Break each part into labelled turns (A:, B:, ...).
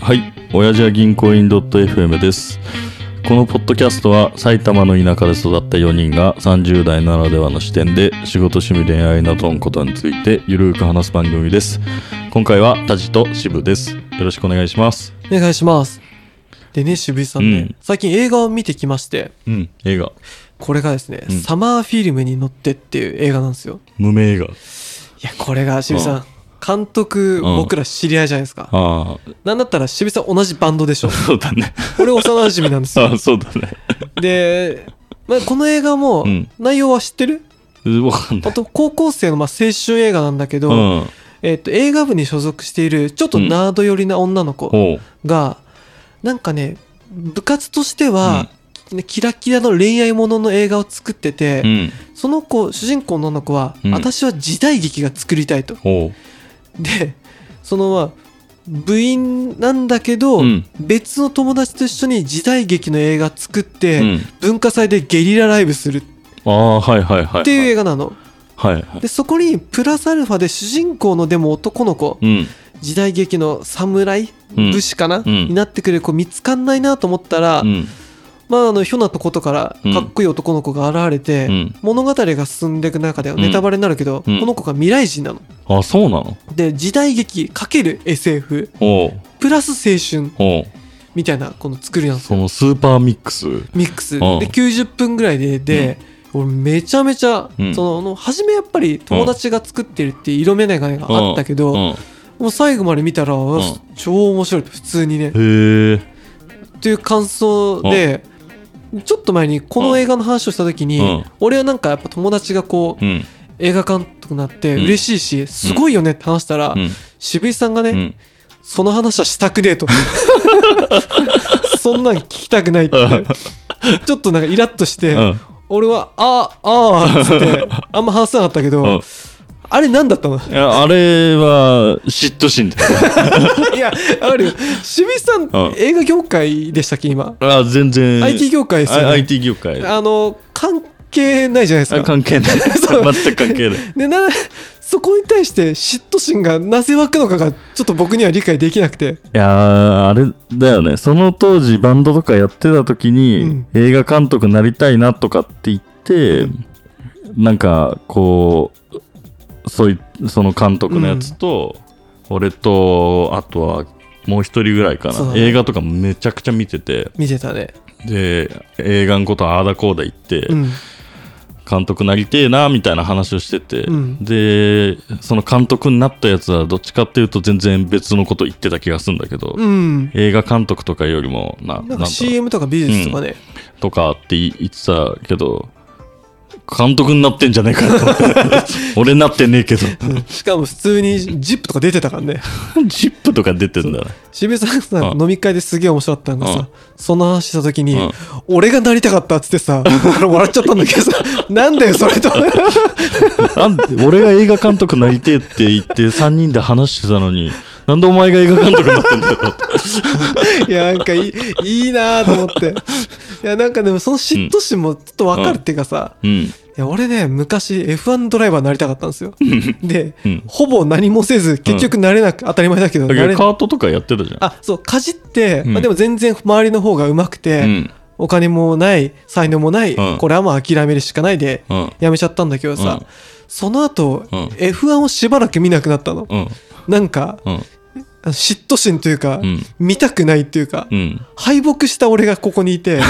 A: はい、親父は銀行員 .fm です。このポッドキャストは埼玉の田舎で育った4人が30代ならではの視点で仕事、趣味、恋愛などのことについてゆるーく話す番組です。今回はタジと渋です。よろしくお願いします。
B: お願いします。でね、渋井さんね、
A: うん
B: 最近映画を見てきまして、
A: うん、映画。
B: これがですね、
A: うん
B: サマーフィルムに乗ってっていう映画なんですよ。
A: 無名映画。
B: いや、これが渋井さん、監督、
A: うん
B: 僕ら知り合いじゃないですか。
A: ああ、。
B: なんだったら渋井さん同じバンドでしょ
A: そうだね。
B: 俺幼馴染なんです
A: あ
B: よ
A: あ、。 そうだね。
B: で、まあ、この映画も
A: うん
B: 内容は知ってる、
A: うんわかんな
B: あ
A: い。
B: と高校生のまあ青春映画なんだけど、
A: うん。
B: えっと映画部に所属しているちょっとナード寄りな女の子、
A: ほう。
B: がなんかね部活としては、ねキラキラの恋愛ものの映画を作ってて、
A: うん。
B: その子主人公の女の子は、
A: うん
B: 私は時代劇が作りたいと
A: ほ
B: でそのまあ部員なんだけど、
A: うん
B: 別の友達と一緒に時代劇の映画作っ
A: う。
B: て、
A: うん。
B: 文化祭でゲリラライブするっ
A: ああ、はいはいはい。
B: ていう映画なの、
A: はいはい。
B: でそこにプラスアルファで主人公のでも男の子、
A: うん。
B: 時代劇の侍、
A: うん
B: 武士かな、
A: うん
B: になってくる子見つかんないなと思ったら、
A: うん。
B: まあ、あのひょんなとことから
A: うん
B: かっこいい男の子が現れて、
A: うん
B: 物語が進んでいく中で
A: ん
B: ネタバレになるけど、
A: うん
B: この子が未来人なの。
A: あ、そうなの
B: で時代劇×エ SF
A: ほう。
B: プラス青春
A: ほう。
B: みたいなこの作りなんです
A: そ
B: よ
A: のスーパーミックス。
B: ミックスで
A: うん
B: 90分ぐらいでで、俺めちゃめちゃ、
A: うん
B: その初めやっぱり友達が作ってるっていう色眼鏡があったけ
A: う
B: ど、
A: ん、
B: もう最後まで見たら、
A: ん
B: 超面白いと普通にね。
A: へえ。
B: っていう感想で、ちょっと前にこの映画の話をした時に、
A: うん
B: 俺はなんかやっぱ友達がこう、
A: うん。
B: 映画監督になって
A: うん
B: 嬉しいし、すごいよねって話したら、
A: うん。
B: 渋井さんがね、
A: うん。
B: その話はしたくね えとそんなん聞きたくないって ちょっとなんかイラッとして、
A: うん
B: 俺は「ああああ」っつってあんま話さなかったけど、
A: うん
B: あれ何だったの
A: いやあれは、嫉妬心だよ。
B: いやあるよ渋井さん、
A: うん
B: 映画業界でしたっけ今
A: あ、全然。
B: IT 業界ですよね
A: あ IT 業界。あ
B: あの関係ないじゃないですか
A: 関係 ない。
B: そう
A: 全く関係ない。
B: でなそこに対して嫉妬心がなぜ湧くのかがちょっと僕には理解できなくて
A: いやーあれだよね。その当時バンドとかやってた時に、
B: うん
A: 映画監督になりたいなとかって言って、なんか、こう、そうい、その監督のやつと、俺と、あとは、もう一人ぐらいか
B: そう
A: な。
B: だね
A: 映画とかめちゃくちゃ見てて、
B: 見てたね
A: で、映画のことああだこうだ言って、
B: うん
A: 監督なりてえなみたいな話をしてて、
B: うん
A: でその監督になったやつはどっちかっていうと全然別のこと言ってた気がするんだけど、
B: うん
A: 映画監督とかよりもななんだ
B: な
A: ろ
B: んか
A: う
B: CM とか美術とかね、
A: とかって言ってたけど監督になってんじゃねえかなと思って 俺なってねえけど
B: しかも普通にジップとか出てたからね
A: ジップとか出てんだな
B: 渋谷さんさ
A: うん
B: 飲み会ですげえ面白かったのが
A: うん
B: さその話した時に
A: うん
B: 俺がなりたかったっつっ てさ俺笑っちゃったんだけどさなんだよそれと
A: なんで俺が映画監督なりてえって言って3人で話してたのになんでお前が映画監督になってんだよ
B: いやなんかいいいいなーと思っていやなんかでもその嫉妬心もちょっとわかるっていうかさ、
A: うん
B: いや俺ね昔 F1 ドライバーになりたかったんですよで、
A: うん
B: ほぼ何もせず結局なれなく、当たり前だけど
A: だ
B: な
A: け
B: れ
A: ど
B: な
A: カートとかやってたじゃん
B: あそうかじって、
A: うん
B: まあ、でも全然周りの方が上手くて、
A: うん
B: お金もない才能もない、
A: うん
B: これはもう諦めるしかないで
A: うん
B: やめちゃったんだけどさ、
A: うん
B: その後、
A: うん
B: F1 をしばらく見なくなったの、
A: うん
B: なんか
A: うん
B: あの嫉妬心というか、
A: うん
B: 見たくないというか、
A: うん
B: 敗北した俺がここにいて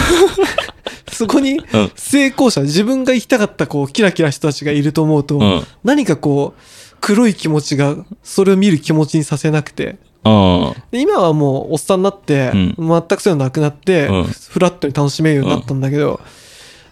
B: そこ
A: う
B: に
A: ん
B: 成功者自分が行きたかったこうキラキラした人たちがいると思う
A: う
B: と、
A: ん
B: 何かこう黒い気持ちがそれを見る気持ちにさせなくて
A: ああ
B: で今はもうおっさんになって、
A: うん
B: 全くそういうのなくなって、
A: うん
B: フラットに楽しめるようになったんだけど、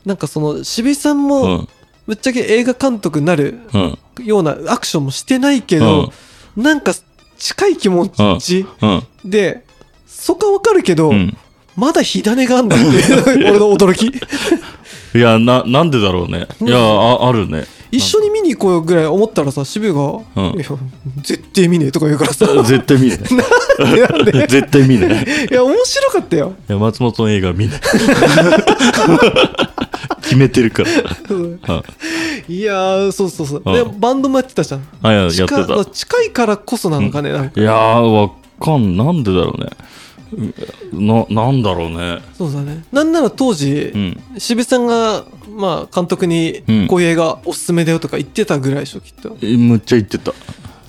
B: なんかその渋井さん
A: う
B: も
A: ん
B: ぶっちゃけ映画監督になる
A: うん
B: ようなアクションもしてないけど、なんか近い気持ち
A: うん
B: で、そこはわかるけど、
A: うん
B: まだ火種があんだっ ていう俺の驚き
A: いやななんでだろうねいやああるね
B: 一緒に見に行こうよぐらい思ったらさ渋谷が、
A: うん
B: いや絶対見ねえ」とか言うからさ
A: 絶対見 ない
B: なんで
A: 絶対見ないい
B: いや面白かったよ
A: や松本の映画 見ない決めてるからうん
B: いやーそうそうそうで
A: うん
B: バンドもやってたじゃん
A: あいややって
B: 近
A: た
B: 近いからこそなのかねなんか
A: いやーわかんなんでだろうねうんななんだろうね
B: そうだねなんなら当時、
A: うん
B: 渋さんが、まあ、監督に
A: うん
B: 小平がおすすめだよとか言ってたぐらいでしょきっと
A: えむっちゃ言ってた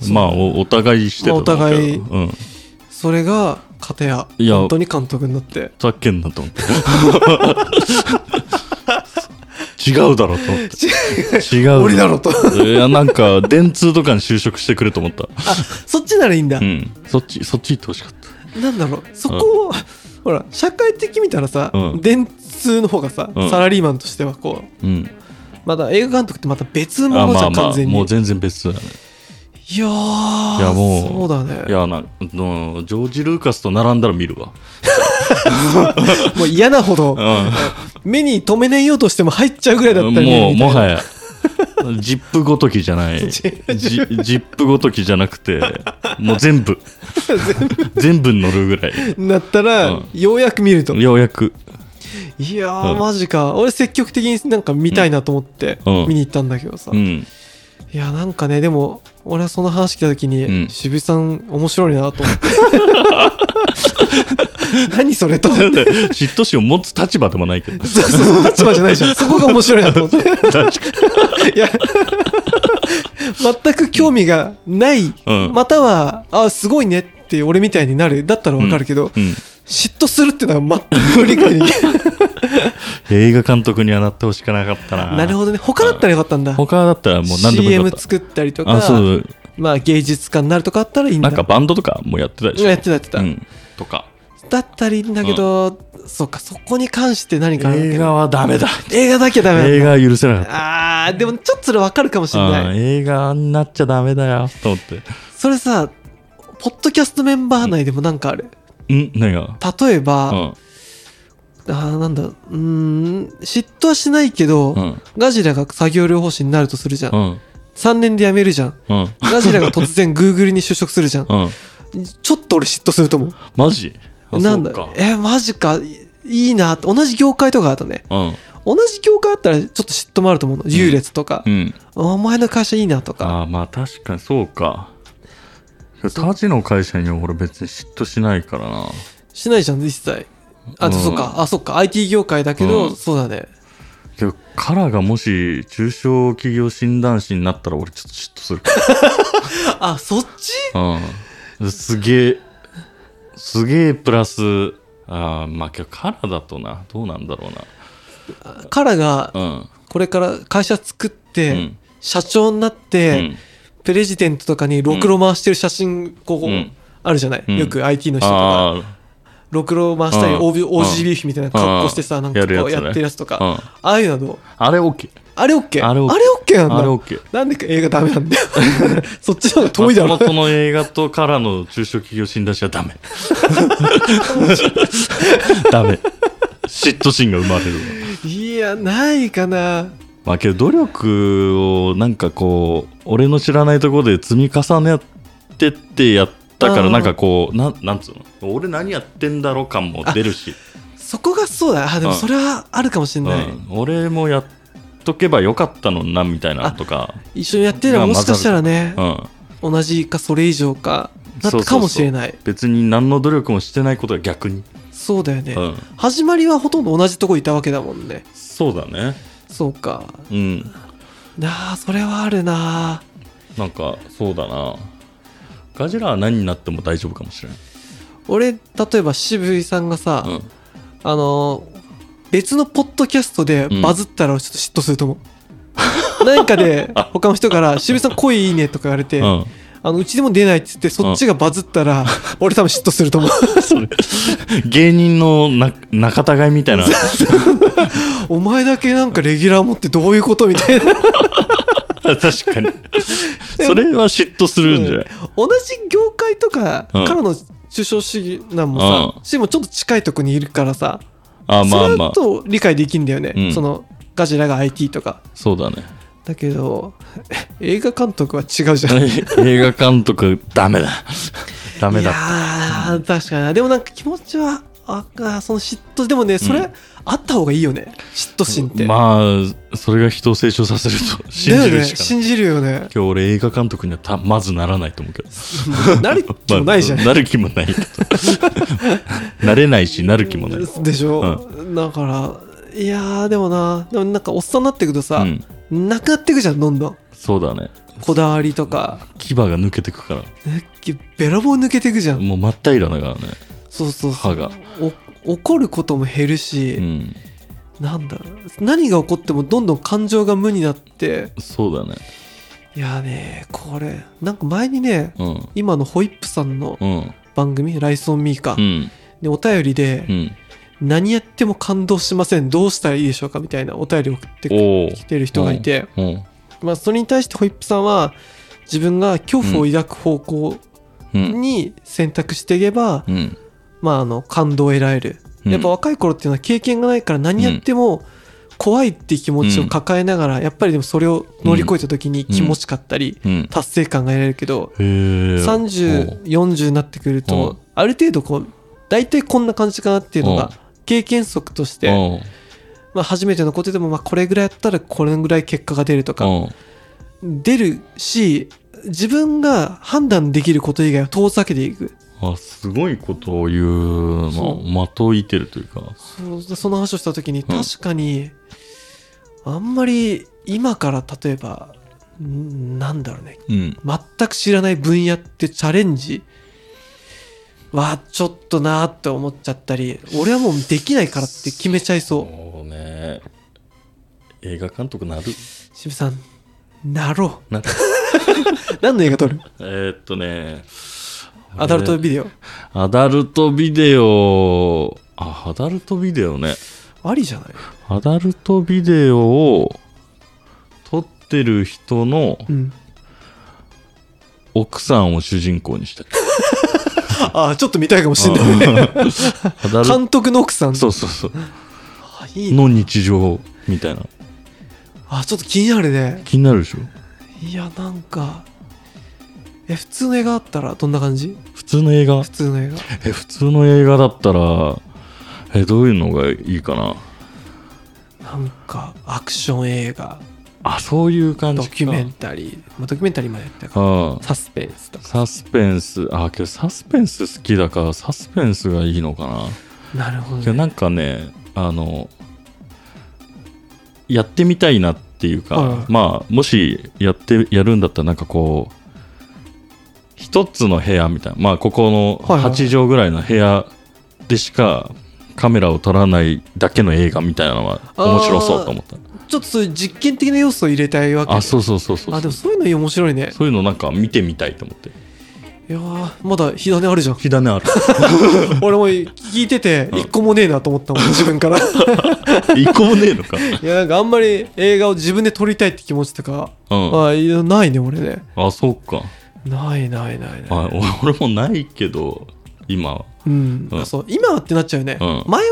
A: まあおお互いしてたと思うけど
B: まあお互い
A: うん
B: それが片や
A: いや
B: 本当に監督になって
A: ふざけんなと思って 違うだろうと思って違う
B: 俺だろと
A: いやなんか電通とかに就職してくれと思った
B: あそっちならいいんだ
A: う、んそっちそっち行ってほしかっ
B: なんだろうそこを、ほら社会的見たらさ、
A: うん
B: 電通の方がさ、
A: うん
B: サラリーマンとしてはこう
A: たうん
B: まだ映画監督ってまた別
A: あ
B: 物じ
A: ま
B: ゃ
A: あ
B: ん、
A: ま
B: 完
A: あ
B: 全に
A: もう全然別だね
B: いやー
A: いやもう
B: そうだね
A: いやなんうんジョージ・ルーカスと並んだら見るわ
B: もう嫌なほど
A: う
B: 目に留めないようとしても入っちゃうぐらいだった
A: ん
B: ね
A: もう
B: みたい
A: も
B: な
A: はやジップごときじゃないジ ジ
B: 違
A: ップごときじゃなくてもう全部 全部に乗るぐらい
B: なったら、
A: うん
B: ようやく見ると
A: ようやく
B: いやー、
A: うん
B: マジか俺積極的になんか見たいなと思って
A: うん
B: 見に行ったんだけどさ、
A: う
B: い
A: ん
B: やなんかねでも俺はその話聞いた時に、
A: うん
B: 渋井さん面白いなと思って 何それと思って
A: だって 嫉妬心を持つ立場でもないけど
B: そうそう立場じゃない じゃんそこが面白いなと思って
A: 確か
B: いや全く興味がない、
A: うん
B: またはあすごいねって俺みたいになるだったらわかるけど、
A: に、うん
B: 嫉妬するってのは全く理解 できない
A: 映画監督にはなってほしくなかったな
B: なるほどね他だったらよかったんだ
A: 他だったらもう何でもよか
B: CM
A: った
B: 作ったりとか
A: あそう
B: まあ芸術家になるとかあったらいいんだ
A: なんかバンドとかもやってたでしょ
B: やってたやってた、
A: うんとか
B: だったらいいんだけど、そっかそこに関して何かあるわけね
A: 映画はダメだ
B: 映画だけダメ
A: 映
B: なんだ
A: 画は許せなかった
B: あーでもちょっとそれ分かるかもしれ
A: う
B: なんい
A: 映画になっちゃダメだよと思って
B: それさポッドキャストメンバー内でもなんかある、
A: ん何が
B: 例え
A: う
B: ば、
A: ん
B: ああーなんだうーん嫉妬はしないけど、
A: うん
B: ガジラが作業療法士になるとするじゃん、
A: うん
B: 3年で辞めるじゃん
A: うん
B: ガジラが突然 Google に就職するじゃん。
A: うん
B: ちょっと俺嫉妬すると思
A: マジあ
B: う。なんだ
A: そうか
B: え、マジか。いいいなって。同じ業界とかだとね。
A: うん
B: 同じ業界だったらちょっと嫉妬もあると思うの。優劣とか
A: う。ん
B: お前の会社いいなとか。
A: ああまあ確かにそうかタジの会社には俺別に嫉妬しないからな
B: しないじゃん、一切。あ、
A: うん
B: そうか。あ、そうか。IT 業界だけ
A: う
B: ど、
A: ん
B: そうだね。
A: けどカラーがもし中小企業診断士になったら俺ちょっと嫉妬するか
B: あ、そっち
A: らうんすげえすげえプラスああまあけどカラーだとなどうなんだろう
B: カラが
A: なうん
B: これから会社作っ
A: う
B: て
A: ん、
B: 社長になっ
A: う
B: て
A: ん、
B: プレジデントとかにろくろ回してる写真、こ
A: う、
B: うんあるじゃない。
A: うん
B: よく IT の人とか。
A: ああ
B: ろくろ回したり
A: うん
B: OB
A: うん
B: OGBF みたいな格好してさ
A: うん
B: なんかこう
A: やるやつね
B: やってるやつとか、
A: うん
B: ああいうなど
A: あれ OK
B: あれ OK
A: あ
B: あ
A: れ
B: れ
A: OK
B: OK なんだ
A: あれ OK
B: なんでか映画ダメなん だよそっちの方が遠いだろ
A: 松本の映画とカラーの中小企業診断士はダメ ダメ嫉妬心が生まれるわ
B: いやないかな
A: まあけど努力をなんかこう俺の知らないところで積み重ねてってやったか
B: あ
A: ら
B: ー
A: なんかこうなんなんつうの俺何やってんだろう感も出るし、
B: そこがそうだあでもそれはあるかもしれ
A: う
B: ない、
A: ん、俺もやっとけばよかったのになみたいなのとか、
B: 一緒にやってればもしかしたらね
A: う、ん、
B: 同じかそれ以上か
A: そ
B: だっ
A: うそう
B: た
A: そ
B: か
A: う
B: もしれない
A: 別に何の努力もしてないことが逆に、
B: そうだよね、
A: うん、
B: 始まりはほとんど同じとこいたわけだもんね
A: そうだね
B: そうか
A: うん
B: なあそれはあるな
A: なんかそうだなガジラは何になっても大丈夫かもしれない、
B: 俺例えば渋井さんがさ、
A: うん、
B: あのー別のポッドキャストでバズったら俺ちょっと嫉妬すると思う。 何かで他の人から「渋井さん声いいね」とか言われて、
A: うん
B: あのうちでも出ないっつってそっちがバズったら、俺多分嫉妬す ると思う
A: 芸人のな仲違いみ たいな
B: お前だけなんかレギュラー持ってどういうことみたいな
A: 確かに。それは嫉妬するんじゃない
B: 同じ業界とか
A: うん
B: からの中小主義なんもさ、
A: うん
B: しもちょっと近いとこにいるからさ、
A: あ、まあ
B: それ
A: ま
B: だ
A: あ。
B: と理解できんだよね、
A: うん
B: そのガジラが IT とか
A: そうだね。
B: だけど 映画監督は違うじゃん
A: 映 画監督、ダメだ。ダメ
B: い
A: だ。
B: やー確かになでもなんか気持ちはああその嫉妬でもねそれ、
A: うん
B: あった方がいいよね嫉妬心って、
A: まあそれが人を成長させると信
B: だ
A: じ
B: よ
A: る
B: ね
A: しかない、
B: 信じる よね
A: 今日俺映画監督にはたまずならないと思うけど
B: なる気もないじゃん、
A: まあなる気もないけ どなれないしなる気もない、
B: でしょ、だからいやーでもなでもなんかおっさんになってくとさ
A: う、ん、
B: なくなってくじゃんどんどん
A: そうだね
B: こだわりとか
A: 牙が抜けてくから
B: ねべらぼう抜けてくじゃん
A: もう真っ平らだからね
B: そうそうそ
A: 歯
B: う
A: が、
B: お怒ることも減るし、
A: うん、
B: なんだろう何が起こってもどんどん感情が無になって
A: そうだね
B: いやーねこれなんか前にね
A: うん
B: 今のホイップさんの
A: うん
B: 番組「ライスオンミーか」
A: うん
B: でお便りで
A: う、ん
B: 何やっても感動しませんどうしたらいいでしょうか?」みたいなお便りを送ってく
A: おお
B: 来てる人がいて、
A: うん
B: まあ、それに対してホイップさんは自分が恐怖を抱く方向
A: うん
B: に選択していけば、
A: うん
B: まあ、あの感動を得られる、
A: うん
B: やっぱ若い頃っていうのは経験がないから何やっても怖いっていう気持ちを抱えながら、やっぱりでもそれを乗り越えた時に気持ちかったり、
A: うん
B: 達成感が得られるけど、
A: へえおう
B: 3040になってくる
A: う
B: と
A: ん
B: ある程度こう大体こんな感じかなっていうの
A: うん
B: が経験則として、
A: おう
B: まあ、初めてのことでもまあこれぐらいやったらこれぐらい結果が出るとか
A: おう
B: 出るし自分が判断できること以外は遠ざけていく
A: あすごいことを言う
B: そ
A: のまといてるというか
B: そうその話をした時に
A: ん
B: 確かにあんまり今から例えばんなんだろうね
A: うん
B: 全く知らない分野ってチャレンジはちょっとなーって思っちゃったり俺はもうできないからって決めちゃいそう
A: そうね映画監督なる
B: 渋さんなろ
A: なん か
B: う何の映画撮る
A: えーっとね
B: アダルトビデオ
A: アダルトビデオあアダルトビデオね
B: ありじゃない
A: アダルトビデオを撮ってる人の
B: うん
A: 奥さんを主人公に したい
B: ああちょっと見たいかもしんないね
A: アダル
B: 監督の奥さん
A: そうそうそう
B: あいいね
A: の日常みたいな
B: あちょっと気になるね
A: 気になるでしょ
B: いやなんかえ普通の映画あったらどんな感じ
A: 普通の映画
B: 普通の映画
A: え普通の映画だったらえどういうのがいいかな
B: なんかアクション映画
A: あそういう感じ
B: ド
A: か
B: キュメンタリー、まあ、ドキュメンタリーまでやったか
A: ああ
B: サスペンスとか
A: サスペンスあけどサスペンス好きだからサスペンスがいいのかな
B: なるほ
A: けど
B: ど、ね、
A: なんかねあのやってみたいなっていうか、
B: はいはい
A: まあもしやってやるんだったらなんかこう一つの部屋みたいなまあここの
B: はいはい
A: 8畳ぐらいの部屋でしかカメラを撮らないだけの映画みたいなのは面白そうと思った
B: ちょっとそういう実験的な要素を入れたいわけ
A: あそうそうそうそう
B: あでもそういうのいい面白いね
A: そういうのなんか見てみたいと思って
B: いやーまだ火種ある じゃん
A: 火種ある
B: 俺も聞いてて一個もねえなと思ったもん自分から い
A: 一個もねえのか
B: やなんかあんまり映画を自分で撮りたいって気持ちとか、
A: うん
B: あいやないね俺ね
A: あそうか
B: ないないないない、
A: あお俺もないけど今は
B: うん、
A: うん
B: そう今はってなっちゃうよね、
A: うん
B: 前は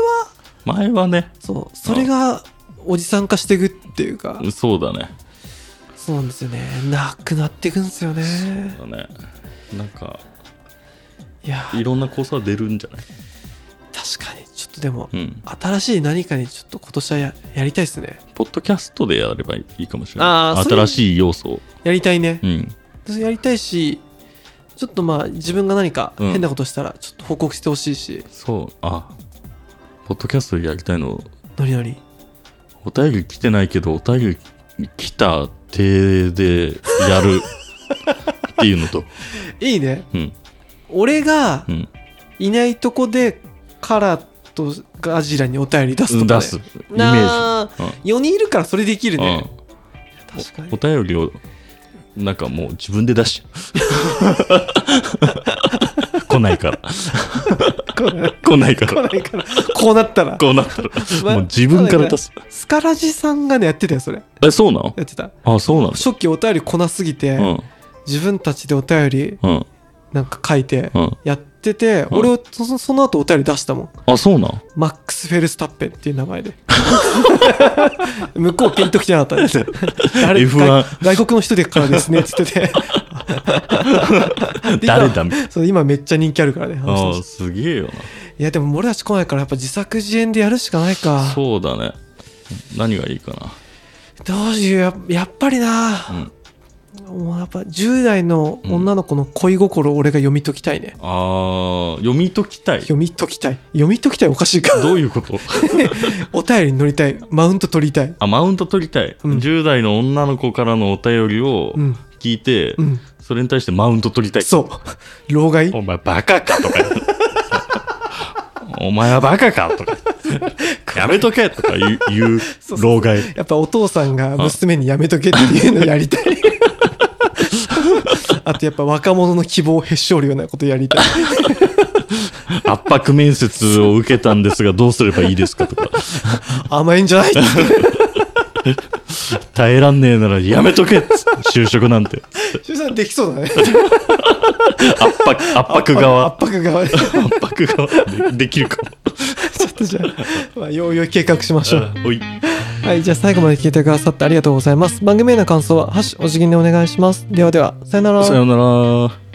A: 前はね
B: そうそれがおじさん化していくっていうか、
A: そうだね
B: そうなんですよねなくなっていくんですよね
A: だねなんか
B: いや
A: いろんな構想は出るんじゃない
B: 確かにちょっとでも、
A: うん
B: 新しい何かにちょっと今年はややりたいですね
A: ポッドキャストでやればいいかもしれな
B: あ
A: い
B: ーそういう
A: 新しい要素を
B: やりたいね
A: う、ん
B: やりたいしちょっとまあ自分が何か
A: うん
B: 変なことしたらちょっと報告してほしいし、
A: そうあポッドキャストでやりたいの
B: ノリノリ
A: お便り来てないけどお便り来た手でやるっていう のと
B: いいね
A: うん
B: 俺が
A: うん
B: いないとこでカラとガジラにお便り出すとか、ね、
A: 出すイメージ
B: なあ
A: うん
B: 4人いるからそれできるね、
A: うん
B: 確か
A: お
B: に
A: 便りをなんかもう自分で出しちゃう 来ないから
B: 来ない
A: 来ないか
B: 来
A: ら
B: ないからこうなったら
A: こうなったら
B: ま
A: もう自分から出す
B: スカラジさんがねやってたよそれ
A: えそうなの
B: やってた
A: あそうな
B: 初期お便り来なすぎて、
A: の
B: 自分たちでお便り
A: うんうん
B: なんか書いて
A: うん
B: やってて、
A: うん
B: 俺をそその後お便り出したもん
A: あそうなの
B: マックス・フェルスタッペンっていう 名前で向こうピンときてなかったんです誰
A: F1
B: 外外国の人でからですねっつっててで今
A: 誰だみたい
B: そう今めっちゃ人気あるからねあ
A: な。
B: の人
A: あ
B: た
A: あ、
B: ち
A: すげえよ
B: いやでも俺たち来ないからやっぱ自作自演でやるしかないか
A: な。そうだね。何がいいか
B: どうしようややっぱり
A: な。う。
B: なんもうやっぱ10代の女の子の恋心を俺が読み解きたいね、
A: ああ、読み解きたい。
B: 読み解きたい読み解きたいおかしいか
A: どういうこと
B: お便りに乗りたいマウント取りたい
A: あ、マウント取りたい。
B: うん
A: 10代の女の子からのお便りを
B: うん
A: 聞いて、
B: うん
A: それに対してマウント取りたい。
B: そう老害
A: お前バカかとか。お前はバカかとか。やめとけとか言う言う
B: そう
A: 老害。
B: やっぱお父さんが娘にやめとけっていうのやりたいあとやっぱ若者の希望をへし折るようなことやりたい
A: 圧迫面接を受けたんですが、どうすればいいですかとか。
B: 甘えんじゃないって
A: 耐えらんねえならやめとけっつって就職なんて。
B: 柊さんできそうだね
A: 圧迫、圧迫側。
B: 圧迫側でち
A: 圧迫側でできるかも。
B: ょっとじゃあ、まあ、ようよう計画しましょう
A: おい。
B: はいじゃあ最後まで聞いてくださってありがとうございます番組への感想は「ハッシュお辞儀」でお願いしますではではさよなら
A: さよなら。